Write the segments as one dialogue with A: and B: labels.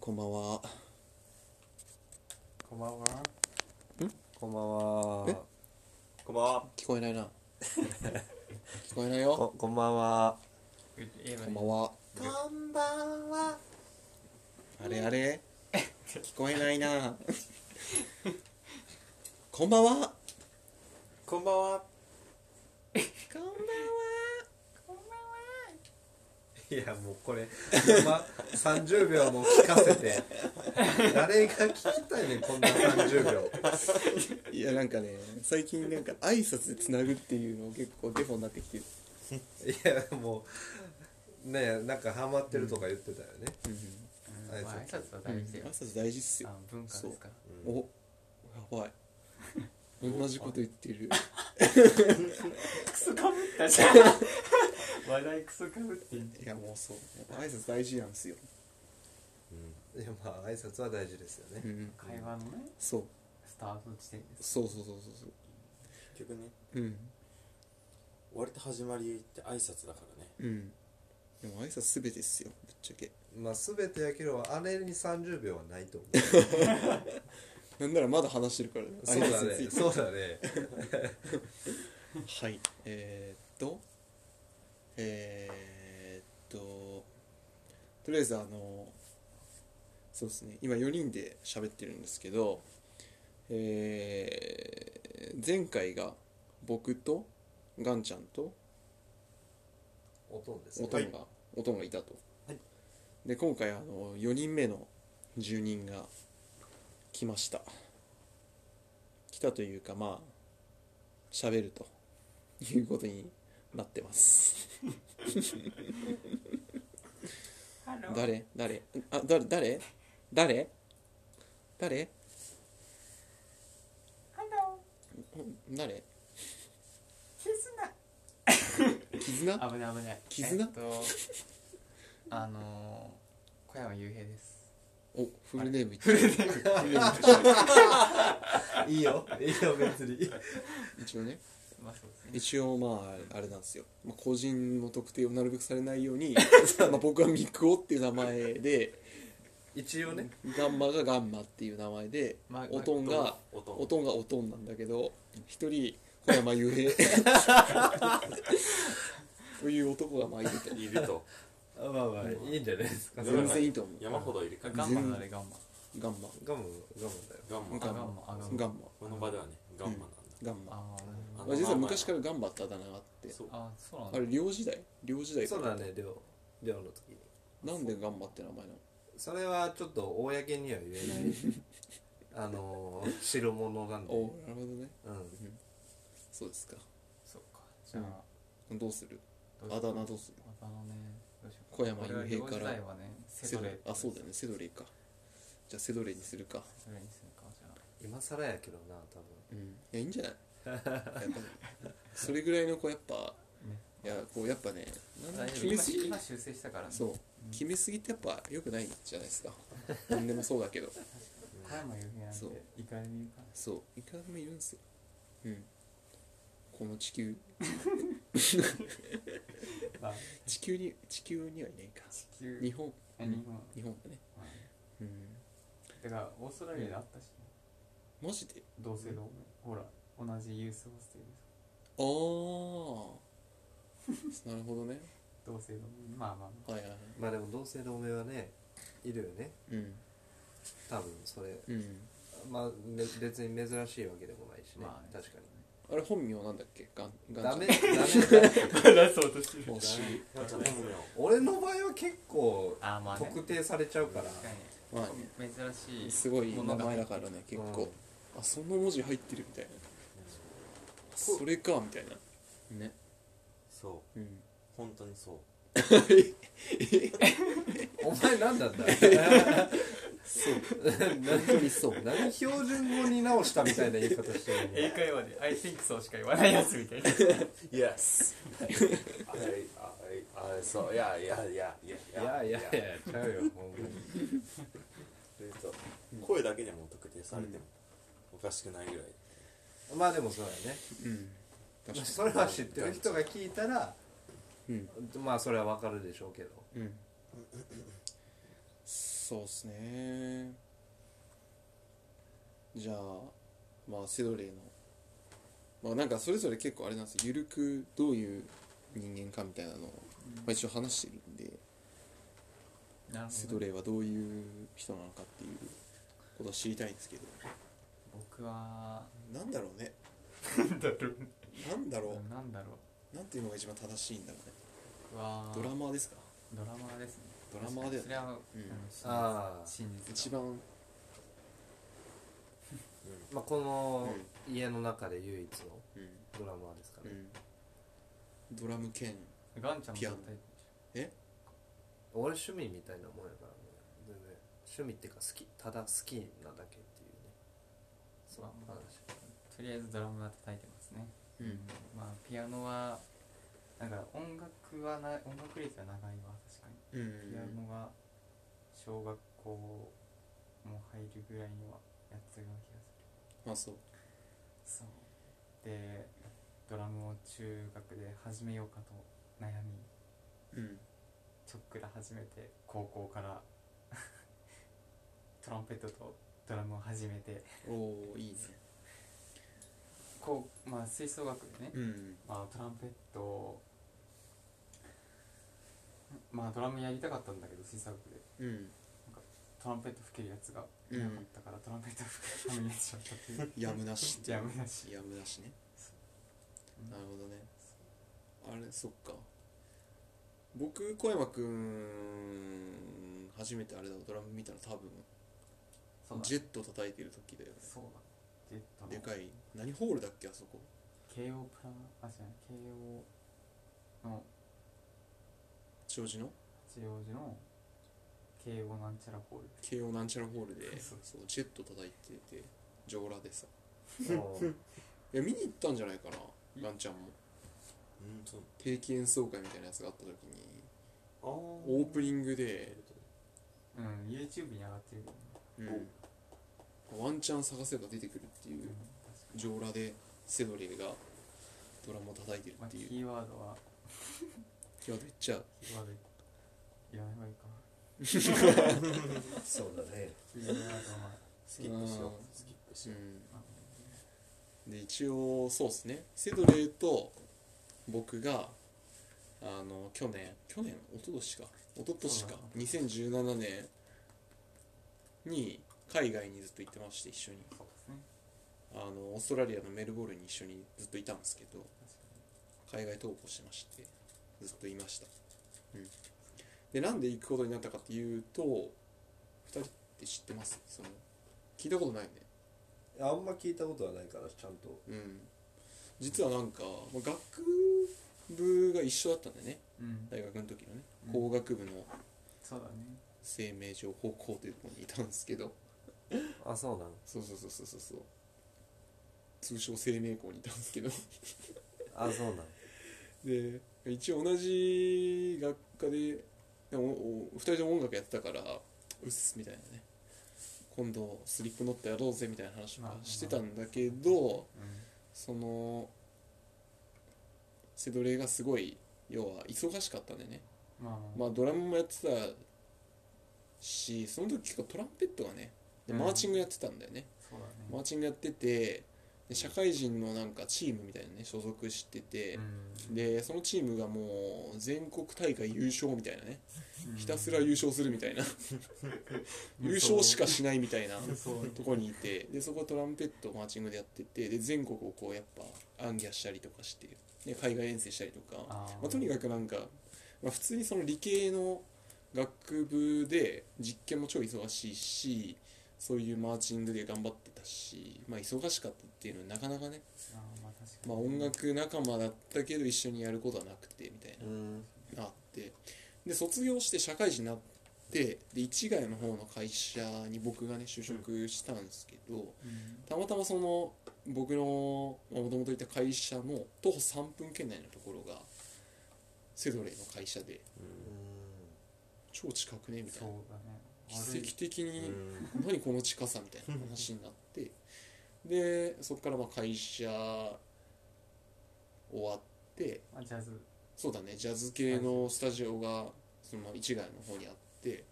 A: こんばんは。
B: こんばんは。こんばんは。こんばんは。
A: 聞こえないな。聞こえないよ。
B: こんばんは。
A: こんばんは。
B: こんばんは。
A: あれあれ。聞こえないな。こんばんは。
B: こんばんは。
A: こんばんは。
B: いやもうこれ、ま、30秒も聞かせて誰が聞きたいねんこんな30秒
A: いや、なんかね、最近なんか挨拶でつなぐっていうの、結構デフォになってきてる。
B: いやもうねえなんかハマってるとか言ってたよね、
C: うんまあ挨拶は大事だよ
A: 挨。拶大事っすよ
C: あ。文化ですか。
A: お。やばい。同じこと言ってる。
C: クソかぶったじゃん。話題クソかぶってんじ
A: いや、もうそう。やっぱ挨拶大事なんですよ。
B: うんいやまあ挨拶は大事ですよね、
A: うん。
C: ゃん。 会話のね、
A: そう。
C: スタート地点です。
A: そうそうそうそう
D: 結局ね
A: そう。うん。
D: 割と始まりって挨拶だからね
A: うん。でも挨拶すべてっすよ。ぶっちゃけ。
B: まあ全てやけどあれに30秒はないと思う
A: なんならまだ話してるからね。
B: そうだ
A: 挨拶に
B: ね
A: ついて
B: そうだね
A: はい。えー、っと、えー、っと、とりあえずあの、そうですね、今4人で喋ってるんですけど、えー、前回が僕とガンちゃんと
B: おとんです
A: お
B: ね
A: とんが、おとんがいたと。で、今回あの、4人目の住人が来ました。来たというか、まあ、喋るということになってます。
C: ハロー。
A: 誰誰あ誰誰誰誰
C: ハロ
A: 誰
C: ー。絆。
A: 絆
C: 危ない危ない。
A: 絆
C: えっと、あのー、小山雄平です。
A: おフルネーム言ってるフルネーム言ってる
B: い いよいいよ別に
A: 一応ね
C: まあそうですね。
A: 一応まああれなんですよ、まあ、個人の特定をなるべくされないよう にまあ僕はミクオっていう名前で
B: 一応ね
A: ガンマがガンマっていう名前で、
C: まあ
A: おとんが
D: おとん
A: おとんがおとんなんだけど一人小山雄 平という男がまあいると
D: いると
B: あまあまあいいんじゃないですかそれ
A: 全
B: は
A: 然いいと思う
D: 山ほどいる か
C: ガ
D: ら
C: ンマだねガンマ。
A: ガンマ
B: ガムガムだよ
D: ガンマ
A: ガン
C: あガン
A: マ
C: マあガンマ
A: ガンマ
D: この場ではねガンマなんだ
A: ガンマ
C: ああなるほ
D: あ
C: ど。
A: まあ、実は昔からガンバってあだ名があって
D: そう
C: あそうなん
A: あ
C: だ。
A: れ寮時代寮時代か
B: そう
A: ら
B: だね寮寮の時に
A: なんでガンバって名前なの
B: それはちょっと公には言えないあのー代物なんで、
A: おなるほどね
B: うん、
A: そうですか
C: そうか。じゃあ
A: どうする
C: どうし
A: あ
C: よう
A: だ名どうする
C: あだ名ね。どうしよう
A: 小山雄平
C: 俺は
A: から
C: 両時代はね、セドレ。
A: あそうだよねセドレイかじゃあセドレイにするか
C: セドレにするかじゃあ。
B: 今更やけどな多分
A: うんいやいいんじゃないやっぱそれぐらいのこうやっぱ
C: ね
A: いやこうやっぱねなん
C: 大
A: 決
C: 丈夫
A: め
C: 今
A: すぎ
C: 今修正したからね
A: そう決めすぎってやっぱ良くないじゃないですか何でもそうだけど
C: 小山雄平なん
A: そう
C: ていかれるか
A: そういくらでもいるんですようんこの地球
C: らあ
A: 地球に地球にはいないか
C: 地球
A: 日本
C: え日本
A: 日本だねうん
C: だからオーストラリアであったしね
A: マジで
C: 同姓同名ほら同じユースホステルです
A: ああなるほどね
C: 同姓同名まあまあま
A: はいはいはい
B: まあでも同姓同名はねいるよね
A: うん
B: 多分それ
A: うん
B: まあめ別に珍しいわけでもないしね、
C: まあね
B: 確か
A: あれ本名なんだっけガンガン
B: にダメ
A: ち
B: ダメだ
C: あラス落として
A: ゃん惜しい
D: ガンちゃん本名
B: 俺の場合は結構
C: あまあね
B: 特定されちゃうから、
C: 確
A: ま
C: か
A: あ
C: に珍し
A: ね
C: い
A: すごい
C: も
A: 名
C: のが
A: 前だからね結
B: う
A: 構
B: ん
A: あその文字入ってるみたいなそれかみたいなね
D: そう
A: うん
D: 本当にそう
B: お前何なんだ
A: そう
B: 何
A: 本当にそう
B: 何標準語に直したみたいな言い方してるの
C: 英会話で「I think so」しか言わないやつみたいな
D: Yes I, I, I, so yeah yeah yeah
B: いやいやいやちゃうよほんまに
D: 声だけでも特定されてもおかしくないぐらい
B: まあでもそうだよね
A: うん確か
B: それは知ってる人が聞いたら
A: にうん
B: まあそれはわかるでしょうけど
A: うんそうっすねじゃあまあセドレーのまあなんかそれぞれ結構あれなんですよゆるくどういう人間かみたいなのを、まあ、一応話してるんで
C: なる
A: セ
C: ほ
A: ド
C: ど
A: レーはどういう人なのかっていうことを知りたいんですけど
C: 僕は
A: なんだろうね
C: なんだろう
A: なんだろ
C: なんだろう
A: うなんていうのが一番正しいんだろうね
C: 僕は
A: ドラマーですか
C: ドラマーですね
A: ドラマーだよね
C: それは、
A: うん
C: あの
E: ああ
C: 真実
A: 一
C: 真実
A: 番
E: まあこの家の中で唯一の
A: うんうん
E: ドラマーですか
A: う
E: ね、
A: んドラム兼
C: ガンちゃんも
A: ピアノ
C: 絶対
E: 俺趣味みたいなもんやからね全然趣味っていうか好きただ好きなだけっていうねそう
C: まあまあ
E: 話
C: とりあえずドラムは叩いてますね
A: うん
C: まあピアノはなんか音楽はな音楽率は長いわ確かに
A: うんうん
C: ピアノは小学校も入るぐらいにはやってたような気
A: まあ
C: が
A: そう
C: するそうでドラムを中学で始めようかと悩み
A: うん
C: ちょっくら始めて高校から トランペットとドラムを始めて
A: おおいいね
C: こうまあ吹奏楽でね、
A: うん
C: まあトランペットをまあドラムやりたかったんだけど吹奏楽で
A: うん
C: トランペット吹けるやつがいなかったから、トランペット吹けるやめになっちゃったっ ていう
A: やむなしって
C: やむなし
A: やむなしねなるほどねあれそっか僕小山くん初めてあれだドラム見たの多分
C: そうだ
A: ジェット叩いてる時だよね
C: そうだジェットの
A: でかい何ホールだっけあそこ
C: KO プラあじゃない KO の
A: 八王子の
C: 八王子の KO なんちゃらホール
A: 慶応なんちゃらホールで
C: そう
A: そうジェット叩いてて上裸でさ
E: そう
A: いや見に行ったんじゃないかな
C: うん
A: ガンちゃんも
D: うんそう
A: 定期演奏会みたいなやつがあった時に
D: あ
A: オープニングで、
C: うん YouTube に上がってるよね
A: うんワンチャン探せば出てくるっていううん
C: 確かに
A: 上裸でセドリーがドラムを叩いてる
C: まあ
A: って
C: キ
A: いう
C: ーワードはい
A: やめっちゃ
C: キーワード言わない方がいいか
E: そうだね
C: キーワードはまあ
D: スキップしようスキップし
A: う
D: よ
A: んで一応そうっすねセドレーと僕があの去年去年一昨年か一昨年か2017年に海外にずっと行ってまして一緒に
C: そうですね
A: あのオーストラリアのメルボルンに一緒にずっといたんですけど
C: 確か
A: 海外投稿してましてずっといました、うん、でなんで行くことになったかっていうと2人って知ってますその聞いたことないよね
E: あんま聞いたことはないからちゃんと
A: うん実はなんかまあ学部が一緒だったんだよね
C: にうん
A: 大学の時のね
C: うん
A: 工学部の
C: そうだね
A: 生命情報校というところにいたんですけど
E: あそうなの
A: そうそうそうそうそうそう通称生命校にいたんですけ ど
E: あそうなの
A: で一応同じ学科ででもおお二人とも音楽やってたからうっすみたいなね今度スリップノットやろうぜみたいな話とかしてたんだけど
C: う
A: そのセドレがすごい要は忙しかったんでね
C: んまあ
A: まあドラムもやってたしその時結構トランペットがねでマーチングやってたんだよね、
C: そうだね
A: マーチングやっててで社会人のなんかチームみたいなね所属してて、
C: うん
A: でそのチームがもう全国大会優勝みたいなね
C: うん
A: ひたすら優勝するみたいな優勝しかしないみたいな
C: そう
A: とこにいてでそこトランペットマーチングでやっててで全国をこうやっぱ暗記したりとかしてで海外遠征したりとか
C: あー
A: まあ、とにかくなんか、まあ、普通にその理系の学部で実験も超忙しいしそういうマーチングで頑張ってたし、まあ、忙しかったっていうのはなかなかね、
C: あーまあ確か
A: ま
C: に
A: あ、音楽仲間だったけど一緒にやることはなくてみたいな。
E: うん
A: あってで卒業して社会人になってで市ヶ谷の方の会社に僕がね就職したんですけど、
C: うん
A: たまたまその僕のもともといた会社の徒歩3分圏内のところがセドレーの会社で超近くねみた
C: そ
A: いうな
C: だね
A: 奇跡的
D: う
A: に何この近さみたいな話になってでそこからまあ会社終わって
C: 悪いあジャズ
A: そうだねジャズ系のスタジオがその市ヶ谷の方にあって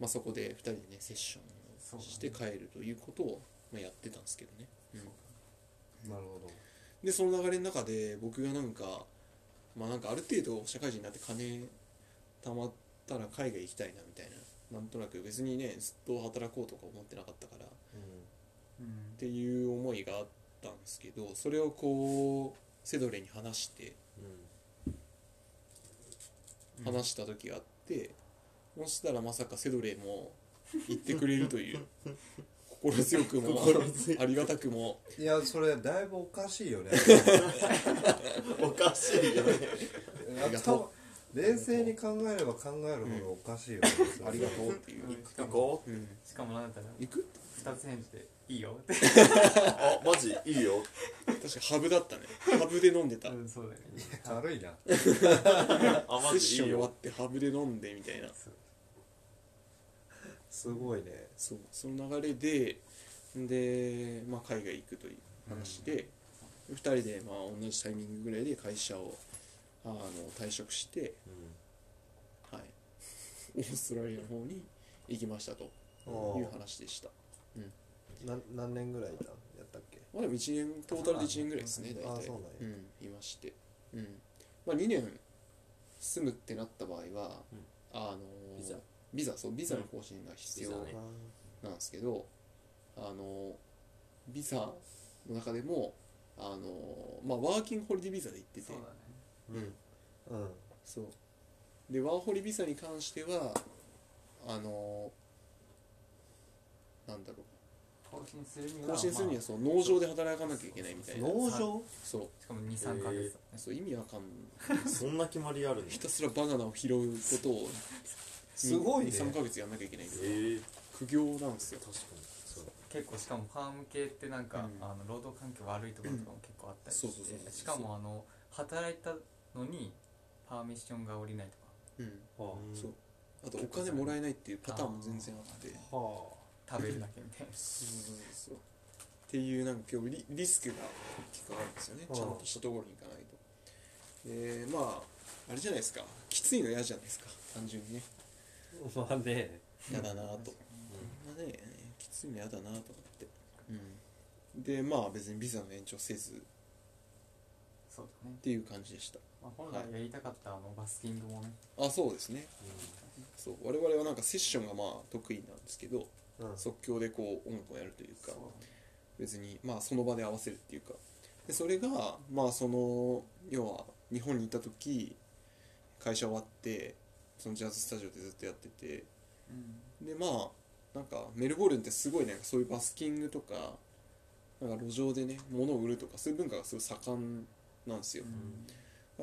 A: まあ、そこで2人でねセッションをして帰るということを、まあ、やってたんですけどね、うん
E: なるほど
A: でその流れの中で僕がなんかまあなんかある程度社会人になって金貯まったら海外行きたいなみたいななんとなく別にねずっと働こうとか思ってなかったからっ
C: うん
A: ていう思いがあったんですけどそれをこうセドレに話して話した時があって、そしたらまさかセドレも行ってくれるという心強くもありがたくも
E: いやそれだいぶおかしいよね
D: おかしいよね
A: ありがと
E: 冷静に考えれば考えるほどおかしいよね、
A: ありがとうっていう、
C: うんしか
D: 行
C: も
D: こう
A: うん、
C: しかもなんだったら
A: 行く
C: 2つ返事で「いい よ」って
D: あマジいいよ
A: 確かハブだったねハブで飲んでた
C: うんそうだよね
E: 軽いな
D: あ
A: セ
D: マ
A: ッシ
D: ジ
A: ョ
D: い
A: ン終
D: い
A: わ
D: よ
A: ってハブで飲んでみたいな
C: そう
E: すごいね
A: そうその流れでで、まあ、海外行くという話で、二2人でまあ同じタイミングぐらいで会社をあの退職して、はい、オーストラリアの方に行きましたという話でした
E: な何年ぐらいいたやったっけ
A: まあでも一年トータルで1年ぐらいですね大
E: あ
A: 体
E: そうなんや
A: うんいまして、うんまあ、2年住むってなった場合は、
D: うん
A: あの
D: ビザ
A: ビザそうビザの更新が必要
D: うんビザね
A: なんですけどあのビザの中でもあの、まあ、ワーキングホリデービザで行ってて
C: そうだね
A: うん
E: うんうん
A: そうでワーホリビザに関してはあのなんだろ
C: 更新するに
A: う
C: は
A: 更新するにはそう農場で働かなきゃいけないみたいな
E: 農場
A: そう
C: まあしかも23ヶ月だね
A: そう意味わかんない
D: そんな決まりあるんだ
A: ひたすらバナナを拾うことを
E: すごいね
A: 3ヶ月やんなきゃいけないんで
D: ええ
A: 苦行なんですよ
D: 確かにそう
C: 結構しかもファーム系ってなんか、
A: うん
C: あの労働環境悪いところとかも結構あったりして、
A: うんそうそうそうそう
C: しかもあの働いたのにパーミッションが下りないとか
A: うん
E: は
A: そうあとお金もらえないっていうパターンも全然あって
E: あは
C: 食べるだけみたいな
A: そうそうそうっていうなんか今日リリスクが結構あるんですよね
E: うん
A: ちゃんとしたところに行かないとえー、まああれじゃないですかきついの嫌じゃないですか単純にね
E: あ まあね
A: 嫌だなとまあねきついの嫌だなと思ってうんでまあ別にビザの延長せずっ
C: そうだね、
A: ていう感じでした
C: まあ、本来やりたかったあのバスキングもね
A: あそうですねそう我々はなんかセッションがまあ得意なんですけど
E: うん
A: 即興でこう音楽をやるというか
C: そう
A: 別にまあその場で合わせるっていうかでそれがまあその要は日本にいた時会社終わってそのジャズスタジオでずっとやってて
C: うん
A: でまあなんかメルボルンってすごいなんかそういうバスキングとかなんか路上でね物を売るとかそういう文化がすごい盛んなんですよ
C: うん
A: だ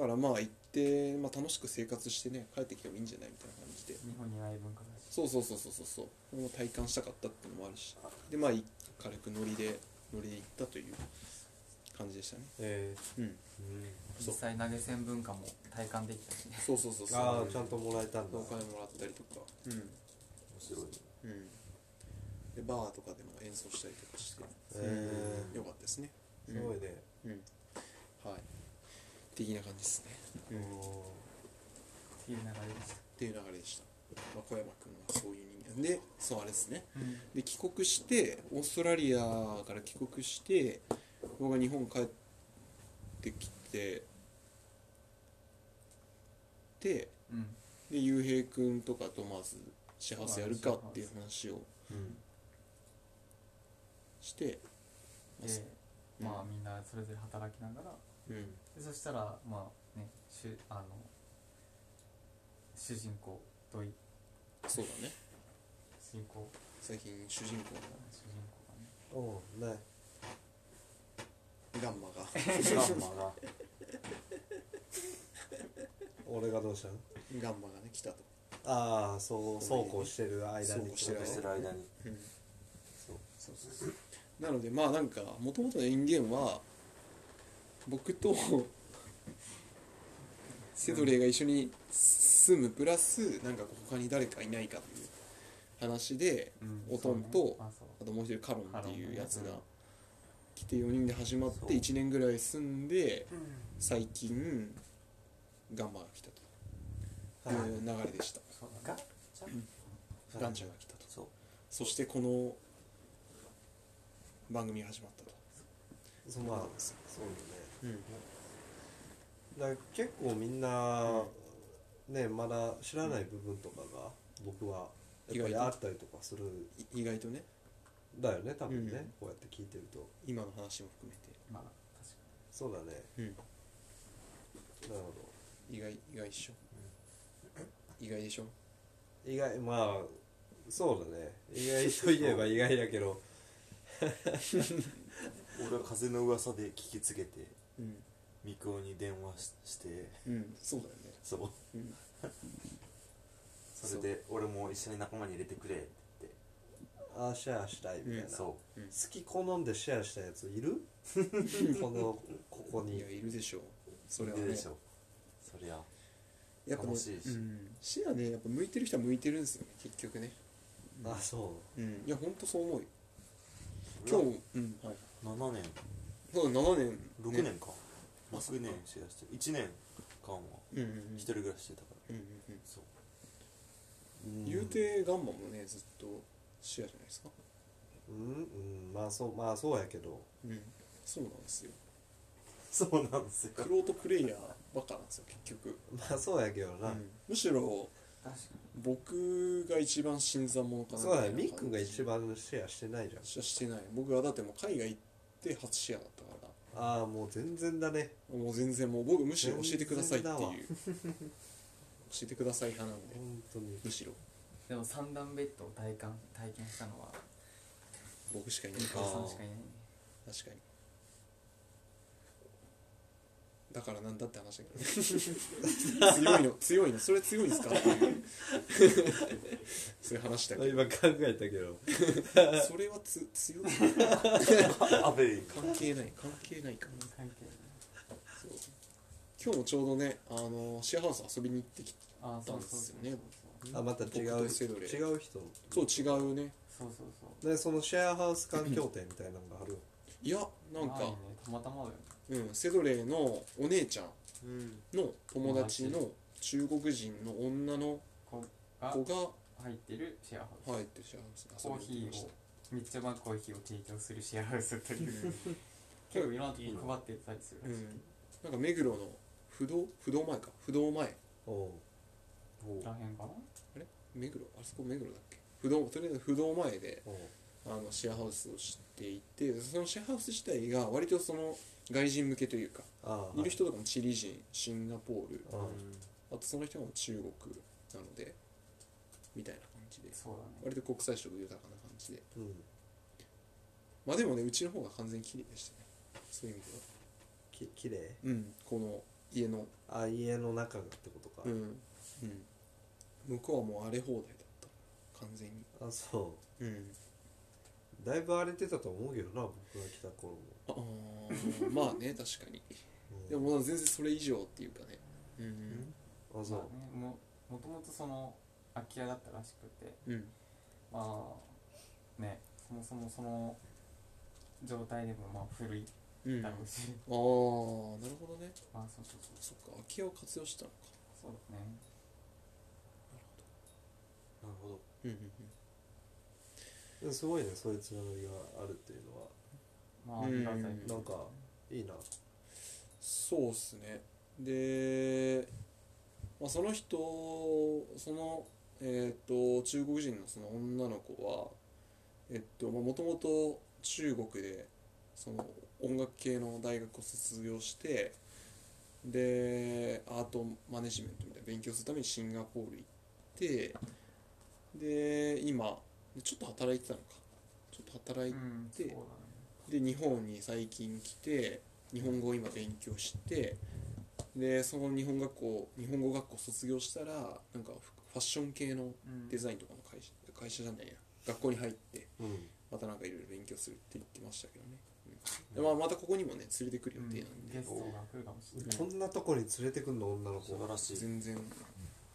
A: からまあ行って、まあ、楽しく生活してね帰ってきてもいいんじゃないみたいな感じで
C: 日本にない文化だし
A: そうそうそうそうそうそうそれも体感したかったっていうのもあるしでまあい軽くノリでノリで行ったという感じでしたね
E: え
A: うん
E: えうん
A: そう
C: 実際投げ銭文化も体感できたしね
A: そうそうそうそう
E: ああちゃんともらえたんだ
A: お金もらったりとかうん
D: 面白い
A: うんでバーとかでも演奏したりとかして、
E: へえ
A: うんよかったですね
E: すごいね
A: うん、うんはい的な感じですね、
E: う
A: っ
C: っていう流れでした、
A: ていう流れでした、まあ、小山君はそういう人間でそうあれですね
C: うん
A: で帰国してオーストラリアから帰国して僕が日本帰ってきてでで悠平君とかとまず幸せやるかっていう話を
E: ん
A: して
C: で
A: うん
C: まあみんなそれぞれ働きながら
A: うん
C: でそしたらまあね主あの主人公ドイ
A: そうだね
C: 主人公
A: 最近主人公
C: 主人公
E: う
C: がね
E: んね
A: のガンマが
E: 俺がどうしたの
A: ガンマがね来たと、
E: ああそうそうこうしてる間
A: そうこ
E: に
A: うしてる間
D: してる間に
A: うん
E: そう
A: そうそうそうなのでまあなんかもともとの人間は僕とセドレーが一緒に住むプラスなんか他に誰かいないかという話で
C: うん
A: おとん
C: そう
A: と
C: ねあそう
A: あともう一人カロンっていうやつ
C: カロン
A: が
C: ね
A: 来て4人で始まっ
D: そう
A: て1年ぐらい住んで最近ガンマが来たという流れでした。
C: そうだね
D: ガッチャ
A: 男女が来たと
D: そう
A: そしてこの番組が始まったと
B: そうまあそう
A: うん
B: だねだから結構みんな、
A: う
B: ねまだ知らない部分とかが僕はやっぱ
A: 意
B: りあ
A: 外
B: ったりとかする
A: い意外とね
B: だよね多分ね、
A: うん
B: こうやって聞いてると
A: 今の話も含
C: まあ確か
B: そうだね
A: めて、
B: なるほ
A: 意外意外っしょ、意外でしょ
B: ど意外まあそうだね意外と いえば意外だけど
D: 俺は風の噂で聞きつけて
A: うん、
D: ミクオに電話しして
A: うん、そうだよね、
D: そう
A: うん、
D: それで俺も一緒に仲間に入れてくれって言っ
B: ああシェアしたいみたい
A: う
B: な、
A: ん
D: て
B: 好
D: そ
B: き好んでシェアしたやつ いるこのここ
A: い
B: に
A: やいるでしょうそうれはね
D: ででしょそりゃ
A: やっぱね
D: 楽しいし
A: うん、シェアねやっぱ向いてる人は向いてるんですよね結局ね、
B: あそ
A: うん、いやほんとそう思うよ今日、うんはい、
D: 7年
A: そう7年
D: 6
A: ね
D: 年か6年シェアして1年間は
A: うんうんうん
D: 一人暮らししてたから
A: うんうんうん
D: そう
B: う、うん
A: 言うてガンマもねずっとシェアじゃないですか
B: うん、うん、まあそうまあそうやけど
A: うんそうなんですよ
D: そうなんですよ
A: クロートプレイヤーばっかなんですよ結局、
B: まあそうやけどな、
A: うんむしろ
C: に確か
A: 僕が一番新参者かな
B: そうだね
A: みたい
B: み
A: な感
B: っくんが一番シェアしてないじゃん
A: シェアしてない僕はだってもう海外行って初シェアだったから
B: ああもう全然だね
A: もう全然もう僕むし ろ教えてくださいっていう
B: 全然だわ
A: 教えてください派なんで
B: 本当に
A: むしろ
C: にでも三段ベッドを体感体験したのは
A: 僕しかいない
C: み
A: か
C: からお
A: 確
C: さ
A: か
C: んしかいないね
A: にだからなんだって話だ けどね強いの強いのそれ強いんですかっていう そういう話だけど
B: 今考えたけど
A: それはつ強い
D: アベリ
A: 関係 ない関係ないかな
C: 関係ない
A: そう今日もちょうどねあのシェアハウス遊びに行ってき
C: あーそう
A: ダン
C: そう
A: ス
C: そ
A: よ
C: う
A: ね
B: あまた違う
A: 僕とセドレ
B: 違う人
A: そう違うね
C: そうそうそう
B: でそのシェアハウス環境展みたいなのがある
A: いやなん
C: ない
A: か
C: ねたまたまだよね
A: うん、セドレーのお姉ちゃん
D: うん
A: の友達の中国人の女の
C: こ
A: 子
C: が
A: が
C: 入ってるシェアハウス
A: 入ってシェアハウス
C: コーヒーをめっちゃまコーヒーを提供するシェアハウスという 結構いろんなとこに配ってたりする
A: う
C: らしい
A: ん、なんか目黒の不動不動前か不動前
B: おう
D: おう
C: らへんかな
A: 目黒あそこ目黒だっけ不動とりあえず不動前で
B: おう
A: あのシェアハウスを知っていてそのシェアハウス自体が割とその外人向けというか
B: ああ
A: いる人とかもチリ人シンガポール
B: う
D: うんん
A: あとその人も中国なのでみたいな感じで
C: そうだね
A: 割と国際色豊かな感じで
B: うん
A: まあでもねうちの方が完全に綺麗でしたねそういう意味では
B: ききれい
A: うんこの家の
B: あ家の中がってことか、
A: うん、うん、向こうはもう荒れ放題だった完全に
B: あそ
A: うん
B: うだいぶ荒れてたと思うけどな僕が来た頃も、
A: ああーまあね確かに
B: うん
A: でもまあ全然それ以上っていうかねうん
B: あそう、
C: まあねももともとその空き家だったらしくて
A: うんうん
C: まあねそもそもその状態でもまあ古い
A: うん、
C: だ
A: ああ
C: ろうし、
A: なるほどね
C: まあそうそうそう
A: そっか空き家を活用したのか
C: そうだね
D: なるほど
A: うんうん
B: でもすごいねそういうつながりがあるっていうのは
C: まあありがたい
A: うん
C: ことだ
B: な
C: ね
B: んかいいな
A: そうっすねで、まあ、その人そのえっ、と中国人のその女の子はえっともともと中国でその音楽系の大学を卒業してでアートマネジメントみたいな勉強するためにシンガポール行ってで今ちょっと働いてたのかちょっと働いて
C: うんそうだね
A: で日本に最近来て日本語を今勉強してでその日本学校日本語学校卒業したらなんかフファッション系の
C: うん
A: デザインとかの会社会社じゃないや学校に入って
B: うん
A: またなんかいろいろ勉強するって言ってましたけどね、うんでまあ、またここにもね連れてくる予定なんで、
C: ゲストが来るかもしれない
B: こんなとこに連れてくんの女の子
D: 素晴らしい
A: 全然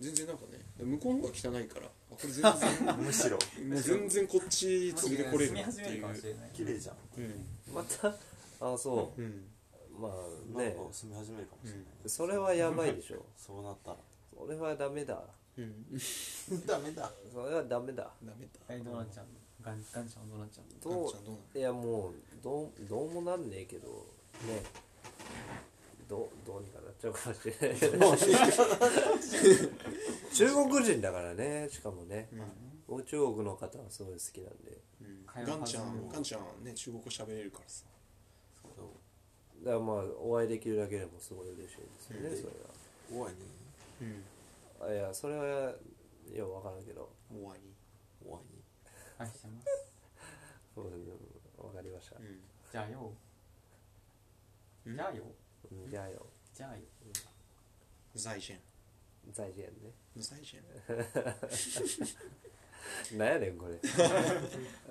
A: 全然なんかね向こうの方が汚いからあこれ全然
D: むしろ
A: も う全然こっち連れてこれる
C: 住み
A: なって
C: 始める
A: い
C: かも
A: う
C: しれない
D: 綺麗じゃん
A: うん
B: またあそ
A: うん
B: うまあ
D: なん
B: ね
D: か住み始めるかもしれない
B: それはやばいでしょ
D: そうなったら
B: 俺はダメだ
A: ううん
B: ダメだそれはダメだ
A: ダメ
C: え
A: だ
C: ー、どうなっちゃうのガンガンちゃんはどうなっちゃうの
A: ガン
B: ど
A: ちゃんどうなの
B: ういやもうどうどうもなんねえけどねどうどうにかなっちゃうかもしれない 中国人だからねしかもねお中国の方はすごい好きなんで
A: うん
C: 会話
A: ガンちゃ
C: 弾
A: ん
C: む
A: ガンちゃんね中国語喋れるからさ
B: そうだからまあお会いできるだけでもすごい嬉しいですよね、それ
D: 怖いね。
A: うん
B: はあいやそれはよう分からんけど
A: 終わり
D: 怖いね。
C: 愛してます
B: うん分かりました、
A: うん
C: じゃあよ
A: うん
C: じゃあよ
B: うん、じゃあよ
C: じゃあよ
A: 財前
B: 財前ね
A: 財前
B: なんやねんこれ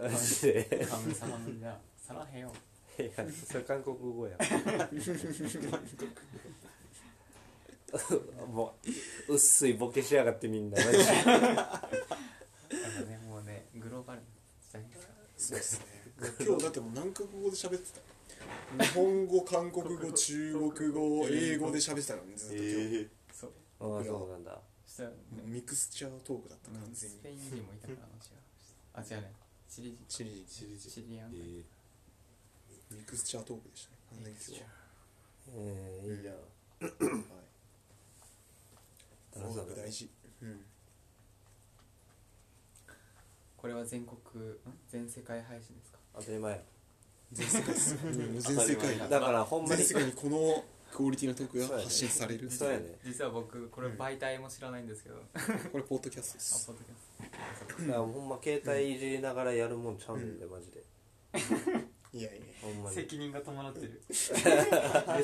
B: マジで
C: 神様のじゃあさらへよ
B: いやそれ韓国語や もう薄いボケしやがってみんなマジで
C: あのねもうねグローバルな時代ですから
A: そうですね 今日だってもう何カ国語で喋ってた日本語韓国語中国語 英語で喋ってたからねずっと今日、
D: え
C: そう
B: ああそうなんだ
C: そしたらね
A: もうミクスチャートークだった完全
C: ス
A: に
C: ペイン人もいたからあ違うあ違うねチリ人
A: チリ
D: ー、知り
C: チリアン
D: えー、
A: ミクスチャートークでしたね完全に今日は
B: えー、いいじゃん
A: はい
B: 楽
A: 語
B: しそうだ
A: 学
B: ね
A: 大事うん
C: これは全国ん全世界配信ですか
B: 当たり前や
A: 全世界ですうん全世界
B: だからほんま
A: 全
B: に
A: 世界にこのクオリティのトークが発信されるって
B: そう
A: い
B: や
A: う
B: ね
C: 実は僕これ媒体も知らないんですけどあ
A: これポッドキャストで
C: ポッ
A: す
C: ドキャス
B: だからほんま携帯いじりながらやるもんちゃうねんでマジで
A: いやいや
B: ほん
C: ト
B: まに
C: 責任が伴ってるレス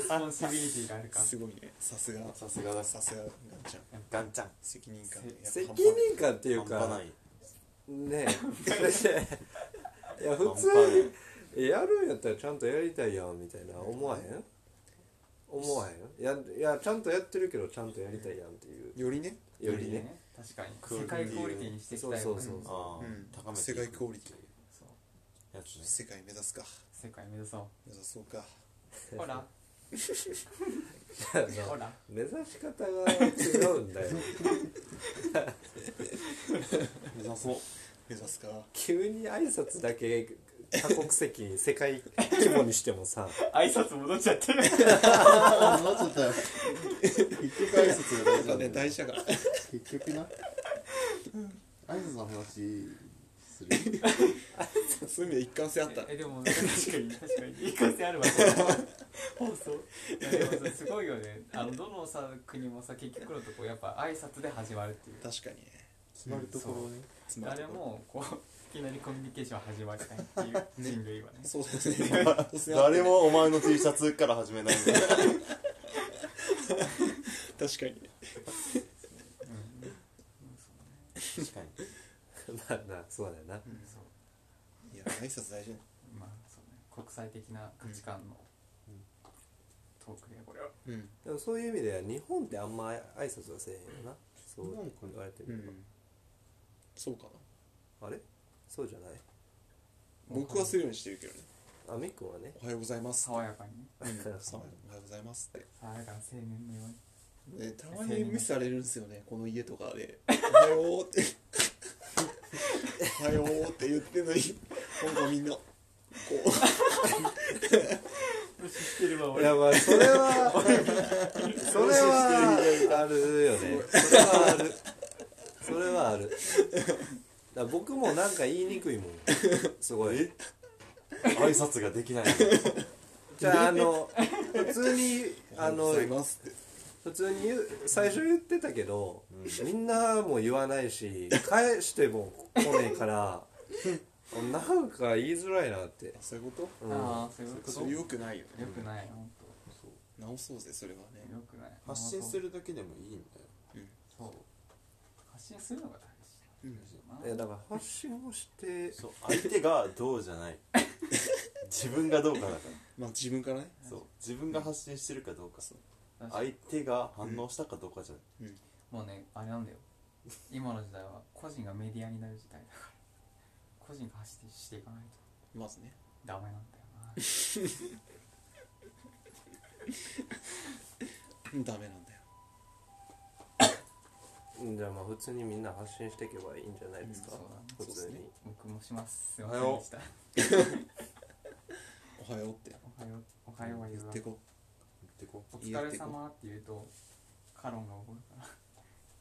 C: ポンシビリティがあるか
A: すごいねさすが
D: さすがだ。
A: さすがガンちゃん
D: ガンちゃん。
A: 責任感ねやっぱ
B: 責
A: 半端ない
B: 任感っていう
D: 半
B: か
D: 端ない。
B: ねえいや普通にやるんやったらちゃんとやりたいやんみたいな思わへん思わへんやいやちゃんとやってるけどちゃんとやりたいやんっていう
A: よりね
B: よりね
C: 確かに
D: クオ
C: 世
D: リティ
C: 界クオリティにしていきたい
B: そうそうそう
C: うん
D: ああ、
A: うん
D: 高めて
A: 世界クオリテ
C: そう
D: ィ。やつね。
A: 世界目指すか
C: 世界目指そ
A: 目指そうか
C: うほらほら
B: 目指し方が違うん だよ
D: 目指そう。
A: 目指すか
B: 急に挨拶だけ多国籍に世界規模にしてもさ
C: 挨拶戻っちゃってる
F: あなっちゃったよ結局挨拶が大事
A: な
F: なんんだ
A: かね
F: よ
A: 大事だから
F: 結局な挨拶の話する
A: そういう意味で一貫性あった
C: えでも確かに 確かに一貫性あるわこの放送いやでもさすごいよねあのどのさ国もさ結局のとこやっぱ挨拶で始まるっていう
A: 確かにね
D: つまるところね。
A: つまり
C: 誰もこういきなりコミュニケーション始まりたいっていう人類はね
A: そうですね突然あったね
D: 誰もお前の T シャツから始めないんだよ。
A: 確かにね
C: うん
D: 確かに。
B: まあなそうだよな
C: そう
A: いや挨拶大事だ
C: まあそうね国際的な価値観のトークでこれは
A: うん
B: でもそういう意味では日本ってあんま挨拶はせえへんよなそう
F: なんかね
B: 言われて
A: う
B: みれば、
A: んそうかな
B: あれそうじゃない
A: 僕はするようにしてるけどね
B: あみっくんはね
A: おはようございます
C: 爽やかにね
A: うんそうおはようございますって
C: 爽やかな青年のように
A: でたまに無視されるんですよねこの家とかで「おはよう」って「おはよう」って言ってんのになんかみんなこう
C: 知ってるわ
B: いやまあそれはそれはあるよねそれはあるそれはあるだから僕もなんか言いにくいもんすごい
D: 挨拶ができない。
B: じゃああの普通に
A: 「おは
B: あ
A: ようご
B: の
A: ざいます」って
B: 普通に言う最初言ってたけど、みんなも言わないし返しても来ねえからなんか言いづらいなって、
A: そういうこと
B: うん
C: ああそういうこ
A: そ
C: と
A: れ
C: よ
A: よくないよね
C: くない本
A: 直そうぜそれはね
C: 当よくない
D: 発信す
C: る
D: るだけでもいいんだよ。
C: そう発信するのが大
A: う
C: 事
A: ん
C: だ
B: いや
C: な
B: だから発信をして
D: そう。相手がどうじゃ ない。自分がどうかだから。
A: まあ自分からね
D: そう。自分が発信してるかどうか。
C: だし
D: 相手が反応したかどうかじゃない。
C: もうねあれなんだよ今の時代は個人がメディアになる時代だから個人が発信していかないと
A: まずね
C: ダメなんだよな
A: ダメなんだよ
B: うんじゃあまあ普通にみんな発信していけばいいんじゃないですか、
C: うん
B: 普通に、
C: 僕もしますすい
B: お
C: ま
B: は
C: せ
B: よ
C: で
B: うん
C: した
A: おはようって
C: おはようおはようは言
A: 言
C: う
A: っ
C: わ
A: てこ
C: お疲れ様って言うとカロンが怒るから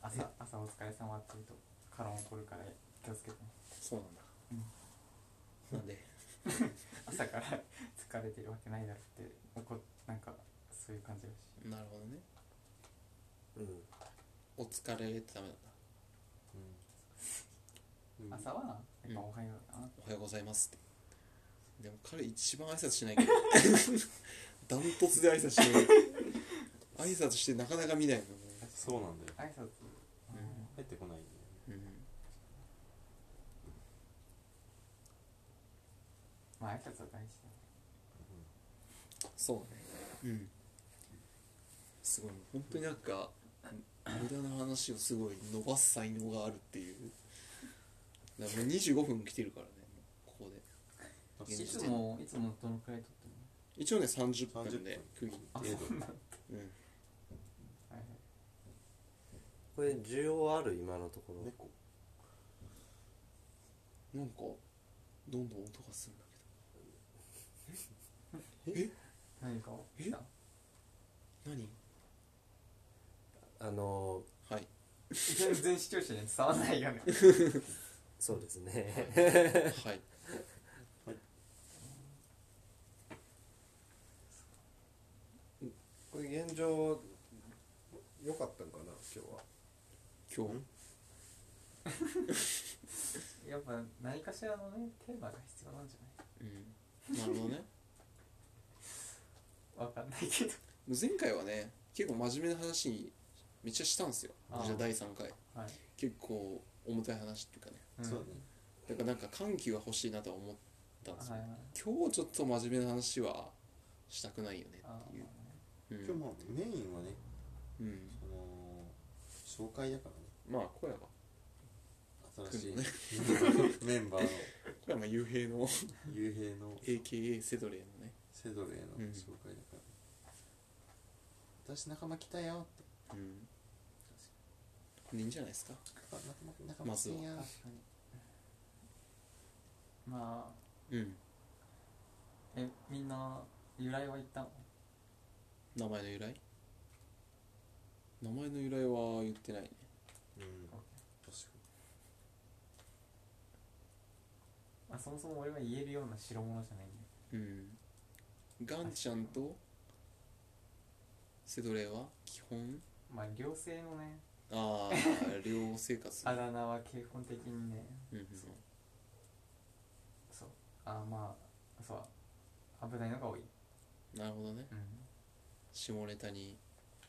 C: 朝朝お疲れ様って言うとカロン怒るから気をつけてね
A: そうなんだ、なんで
C: 朝から疲れてるわけないだろって怒っなんかそういう感じだし
A: なるほどね
B: うん
A: お疲れってダメなんだ
C: 朝はやっぱおはようだな
A: おはようございますってでも彼一番挨拶しないけど ダントツで挨拶しない挨拶してなかなか見ないのね
D: そうなんだよ
C: 挨拶
D: 入ってこないんだよ
A: うん
C: まあ挨拶は大事だよ
A: そうだねうんすごい本当になんか無駄な話をすごい伸ばす才能があるっていうだからもう25分来てるからねここで
D: あ
A: 現
C: い
A: 実
C: つ
A: 的に
C: もいつもどのくらい撮ってる
A: 一応ね30分
D: 30
A: で区切って
D: 分程度
A: うん
C: のはい
B: これ需要ある今のところ、
D: 猫
A: なんかどんどん音がするんだけどえ
C: 何かを
A: え
C: した
A: 何
B: あの
A: はい
C: 全然視聴者には伝わらないよね
B: そうですね
A: はい
E: これ現状良かったんかな今日は
A: 今日
C: やっぱ何かしらのねテーマが必要なんじゃ
A: うんなるほどね
C: ないわかんないけど
A: 前回はね結構真面目な話にめっちゃしたんですよ
C: あー
A: じゃあ第3回
C: はい、
A: 結構重たい話っていうかね
C: うん
D: そうだね
A: だからなんか歓喜は欲しいなとは思ったんですよ
C: はいはい
A: 今日ちょっと真面目な話はしたくないよね
C: あ
A: っていう
F: 今日
A: うん、
F: もメインはね
A: うん、
F: その紹介だか
A: まあ小山
F: らね新し
A: 来るのね
F: い メンバーの
A: 小山雄平 の
F: 幽閉の
A: AKA セドレーのね
F: セドレーの
A: うん
F: 紹介だから、私仲間来たよって
A: うんいいんじゃないです
F: あ
A: か
F: 仲間仲間来てんや
C: 確かにまあ
A: うん
C: えみんな由来は言ったの
A: 名前の由来名前の由来は言ってないね
F: うん確か
C: あそもそも俺は言えるような代物じゃないんだよ
A: うんガンちゃんとセドレーは基本
C: まあ両性のね
A: ああ寮生活
C: あだ名は基本的にね
A: うんうん
C: そうあまあそう危ないのが多い
A: なるほどね
C: うん
A: 下ネタに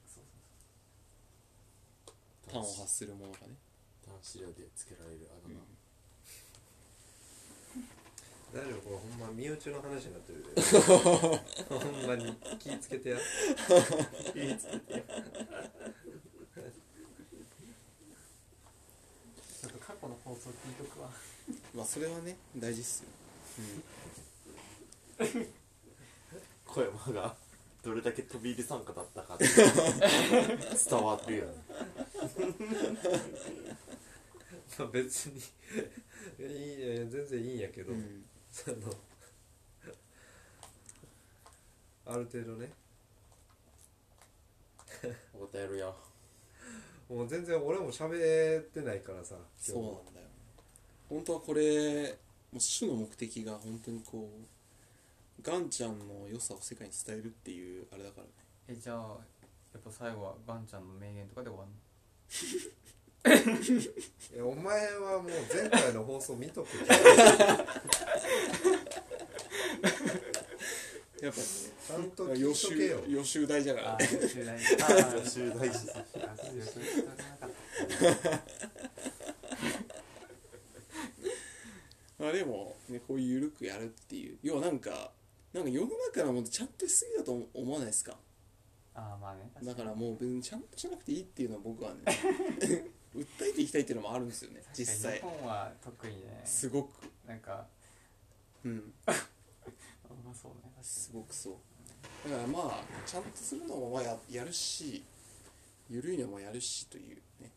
C: そうそう
A: 端を発するものがね
F: 男子寮でつけられるあだ名、
B: 大丈夫これほんま身内の話になってるで ほんまに気ぃつけてや
C: ちょっと過去の放送聞いとくわ
A: まあそれはね大事っすよ、
D: 小山がどれだけ飛び入り参加だったかって伝わるよね
B: まあ別にいいやいや全然いいんやけど、
A: うん
B: そのある程度ね
D: 答えるよ
B: もう全然俺も喋ってないからさ
A: そうなんだよ本当はこれもう主の目的が本当にこうガンちゃんの良さを世界に伝えるっていうあれだからね
C: えじゃあやっぱ最後はガンちゃんの名言とかで終わんの
B: いやお前はもう前回の放送見 とく
A: やっぱ
B: ちゃんと
A: りね予
B: 聞いとけ
A: 習
B: よ
A: 予習代じゃから
C: あ
A: ね
C: ー集大あー
D: 集大
C: あ
D: 事
C: そういうことじゃなかっ
A: まあでも、ね、こういう緩くやるっていう要はなんかなんか世の中のものちゃんとしすぎだと思思わないですか
C: たあーまあね
A: だからもう別にちゃんとしなくていいっていうのは僕 はね訴えていきたいっていうのもあるんですよね実際
C: 日本は特にね
A: すごく
C: なんか
A: うん
C: うまそうね
A: すごくそうだからまあちゃんとするのもまあややるし緩いのもやるしというね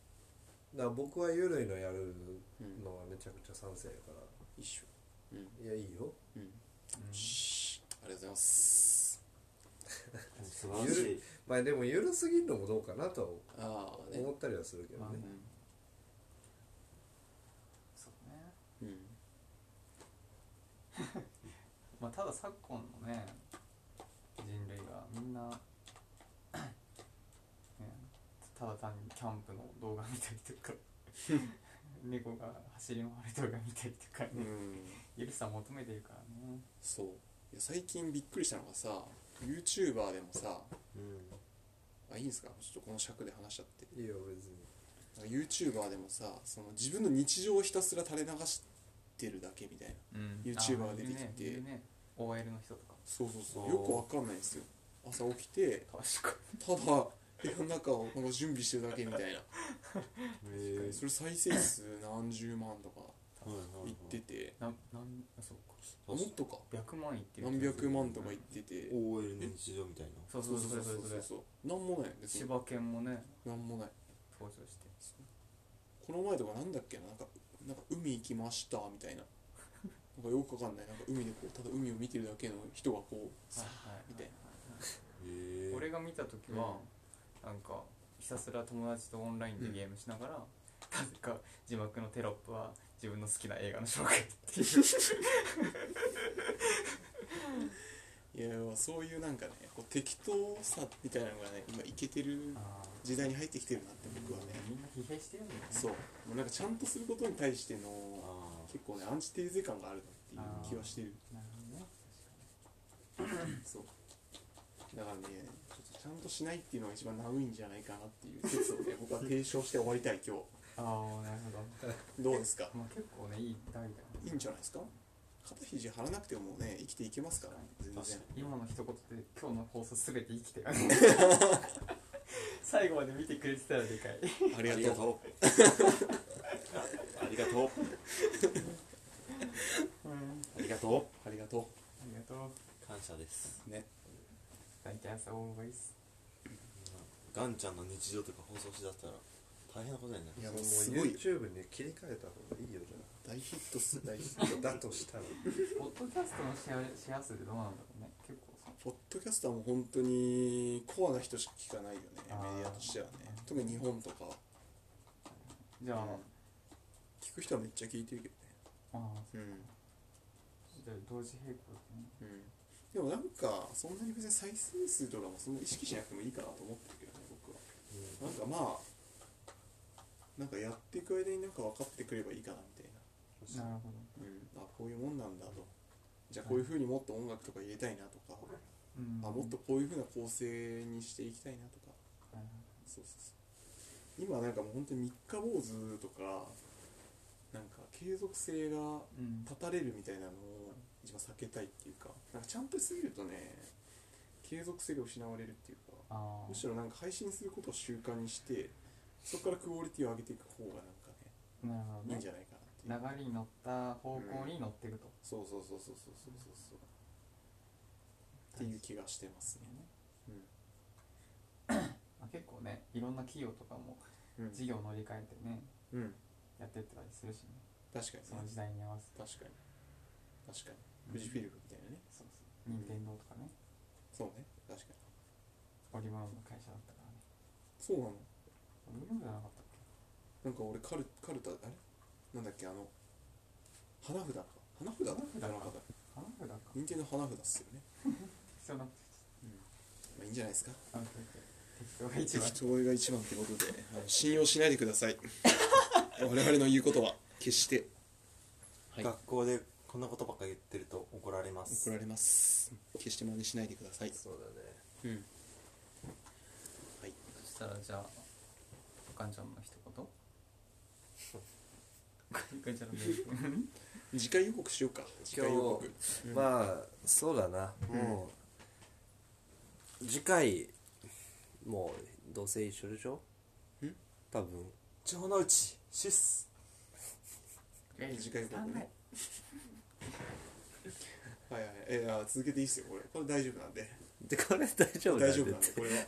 B: から僕はゆるいのやる
A: うん
B: のはめちゃくちゃ賛成やから、
A: 一緒うん
B: いやいいよ
A: うん
C: うん
A: しありがとうございます
D: 素晴らしい
B: まあでもゆるすぎるのもどうかなとは
A: ああね
B: 思ったりはするけど
C: まあ
B: ね
C: ね
A: うん
C: そうね
A: うん
C: まあただ昨今のね人類がみんな ねただ単にキャンプの動画見たりとか猫が走り回る動画見たりとかね、ゆるさ求めてるからね
A: そういや最近びっくりしたのがさ YouTuber でもさ
D: うん
A: あいいんですかちょっとこの尺で話しちゃって
B: いいよ別に
A: なんか YouTuber でもさその自分の日常をひたすら垂れ流してるだけみたいな
C: うん、
A: YouTuber 出てきて
C: いるねいるね OL の人とか
A: そうそう
D: そ
A: そううよくわかんないんですよ朝起きて
C: 確か
A: ただ部屋の中をなんか準備してるだけみたいな
D: え
A: それ再生数何十万とか
D: はいはい
A: いってて
C: ななんあそうか
A: あもっとか
C: 100万いってる
A: 何百万とかいってて
D: OL の日常みたいな
C: そうそうそうそうそうそう
A: そうなんもない別に
C: 千葉県もね
A: なんもない
C: 登場して
A: この前とかなんだっけななんかなんか海行きましたみたいななんかよくわかんないなんか海でこうただ海を見てるだけの人がこうさ
C: はい
A: みたいな
D: へえ
C: 俺が見た時は、なんかひたすら友達とオンラインでゲームしながら、なぜか字幕のテロップは自分の好きな映画の紹介っていう
A: いやそういうなんかねこう適当さみたいなのがね今いけてる
C: ああ
A: 時代に入ってきてるなって僕はね
C: みんな疲弊してるんだよね
A: そうもうなんかちゃんとすることに対しての
D: あ
A: 結構ねアンチテーゼ感があるなっていう気はしてる
C: なるほどね
A: そうだからねちょっとちゃんとしないっていうのが一番ナウいんじゃないかなっていう説をね僕は提唱して終わりたい今
C: ああなるほど、
A: 日どうですか
C: まあ、結構ねいい題だよね
A: いいんじゃないですか肩肘張らなくてもね生きていけますから全然
D: 確か
C: 今の一言で今日の放送すべて生き てる最後まで見てくれてたらでかい
A: あ
D: にあ
A: り
D: り
A: がとう
D: がとうありがとう
C: うん
D: ありがと
A: ありがと
C: ありがとう
D: う感謝です
A: うね
C: 大体朝オーバーイス
D: ガンちゃんの日常とか放送しだったら大変なことになる
B: いやもう
A: すごい
B: YouTube に切り替えた方がいいよじゃ
A: 大ヒットす大ヒット
B: あだ としたら
C: ポッドキャストのシェアシェア数ってどうなんだろうね結構その
A: ポッドキャスターも本当にコアな人しか聞かないよね
C: あー
A: メディアとしてはね特に日本とかは
C: じゃあ、
A: 聞く人はめっちゃ聞いてるけ
C: ああ
A: どね
C: じゃあ同時並行でね
A: うんうんでもなんかそんなに別に再生数とかもその意識しなくてもいいかなと思ってるけどね僕はなんかまあなんかやっていく間になんか分かってくればいいかなみたい
C: なるほど
A: な、うん、あこういうもんなんだとじゃあこういうふうにもっと音楽とか入れたいなとか、
C: うん
A: あもっとこういうふうな構成にしていきたいなとか
C: はいはい
A: そうそうそう今なんかもう本当に三日坊主とかなんか継続性が
C: うん
A: 断たれるみたいなのを一番避けたいっていうかなんかちゃんとしすぎるとね継続性が失われるっていうか
C: ああ
A: むしろなんか配信することを習慣にしてそこからクオリティを上げていく方がなんかね
C: なるほど
A: いいん
C: ね
A: じゃないかなっていう
C: 流れに乗った方向に乗っていくと、
A: そうそうそうそうそうそうそうそうっていう気がしてますね、
C: まあ、結構ねいろんな企業とかも
A: うん
C: 事業乗り換えてね
A: うん、
C: やってってたりするしね
A: 確かに
C: その
A: ね
C: 時代に合わせて
A: 確かに確かに富士フィルムみたいなね
C: そうそう任天堂とかね
A: そうね確かに
C: オリバウンドの会社だったからね
A: そうなの
C: オリバウンドじゃなかったっけ
A: なんか俺カルカルタあれなんだっけあの花札か花札だ
C: 花
A: じ
C: 札か
A: ゃなかった
C: 花札か
A: 人間の花札っすよね、
C: 必要な
A: まあ、いいんじゃないですか
C: あオッケーオッケー適当が一番
A: 適当が一番ってことであの信用しないでくださ い我々の言うことは決してはい
D: 学校でこんなことばっか言ってると怒られます
A: 怒られます決して真似しないでください
B: そうだね
A: うん
C: そしたらじゃあおかんちゃんの一 言おかんちゃんの名言
A: 次回予告しようか次回予告うん
B: まあそうだなもう、次回もうどうせ一緒でしょ
A: ん
B: 多分
D: 城之内シス
A: 次回予告ねはいはいえーあ続けていいっすよこれこれ大丈夫なんで
B: でこれ大丈夫だ
A: 大丈
B: よ
A: 夫
B: 絶
A: なん
B: 対
A: でこれは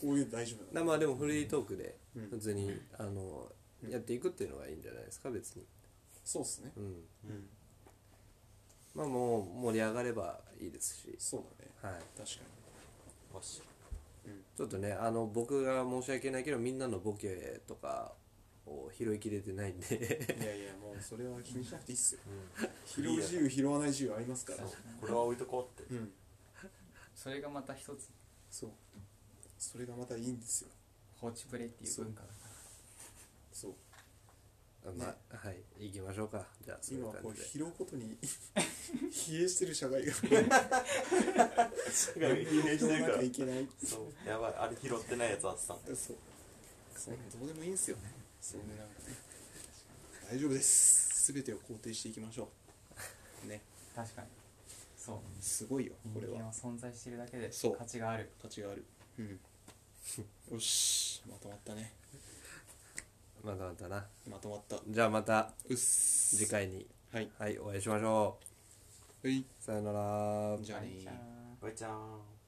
A: こういうの大丈夫なんで
B: なまあでもフリートークで
A: うん
B: 普通に、あのやっていくっていうのがいいんじゃないですか別に、
A: そうっすね
B: うん、
D: うん
B: まあもう盛り上がればいいですし、
A: そうだね
B: はい、
A: 確か
D: わっし
B: ちょっとねあの僕が申し訳ないけどみんなのボケとかを拾いきれてないんで
A: にいやいやもうそれは気にしなくていいっすよ
D: うん
A: 拾う自由拾わない自由ありますから
D: これは置いとこうって
A: うん
C: それがまた一つ
A: そうそれがまたいいんですよ
C: 放置プレイっていう文化だか
A: そう
B: まあはい行きましょうかじゃあそうい
A: 今
B: う
A: はこ
B: 感
A: う
B: じで
A: 拾うことに疲弊してる社会が
D: 疲弊してるから
A: 拾わなきゃいけない
D: そうやばいあれ拾ってないやつあってた
A: そうそうねどうでもいいんすよねそうねなんかね大丈夫です全てを肯定していきましょうね
C: ら確かにそう
A: すごいよこれ
C: 人間
A: は
C: は存在してるだけで
A: そう
C: 価値がある
A: 価値があるうんよしまとまったね
B: またまたな
A: まとまったう
B: じゃあまた
A: っす
B: 次回に
A: はい
B: はいお会いしましょ
A: はいう
B: さよなら
A: じゃあね
C: はいじゃあ
D: おいちゃん